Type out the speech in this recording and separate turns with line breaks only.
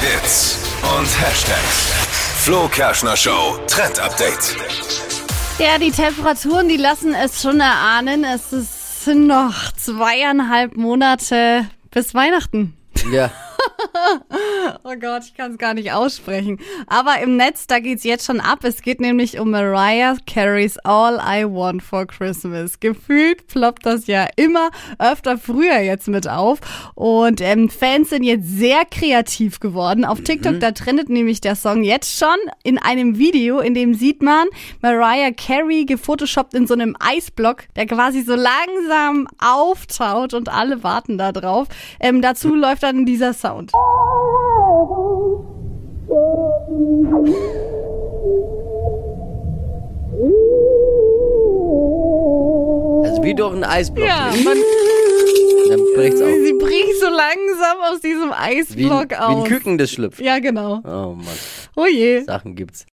Hits und Hashtags. Flo Kerschner Show Trend Update.
Ja, die Temperaturen, die lassen es schon erahnen. Es ist- sind noch zweieinhalb Monate bis Weihnachten.
Ja.
Oh Gott, ich kann es gar nicht aussprechen. Aber im Netz, da geht's jetzt schon ab. Es geht nämlich um Mariah Carey's All I Want for Christmas. Gefühlt ploppt das ja immer öfter früher jetzt mit auf. Und ähm, Fans sind jetzt sehr kreativ geworden. Auf TikTok, da trendet nämlich der Song jetzt schon in einem Video, in dem sieht man Mariah Carey gefotoshoppt in so einem Eisblock, der quasi so langsam auftaut und alle warten da drauf. Ähm, dazu läuft dann dieser Sound.
Also wie durch einen Eisblock.
Ja, man,
Dann bricht's auf.
sie bricht so langsam aus diesem
Wie ein,
Eisblock
wie ein
aus.
Küken, das schlüpft.
Ja, genau.
Oh Mann,
Oh je.
Sachen gibt's.